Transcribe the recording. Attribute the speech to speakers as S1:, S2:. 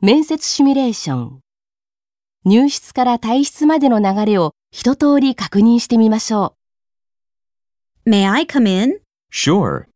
S1: 面接シミュレーション。入室から退室までの流れを一通り確認してみましょう。
S2: May I come in?
S3: Sure.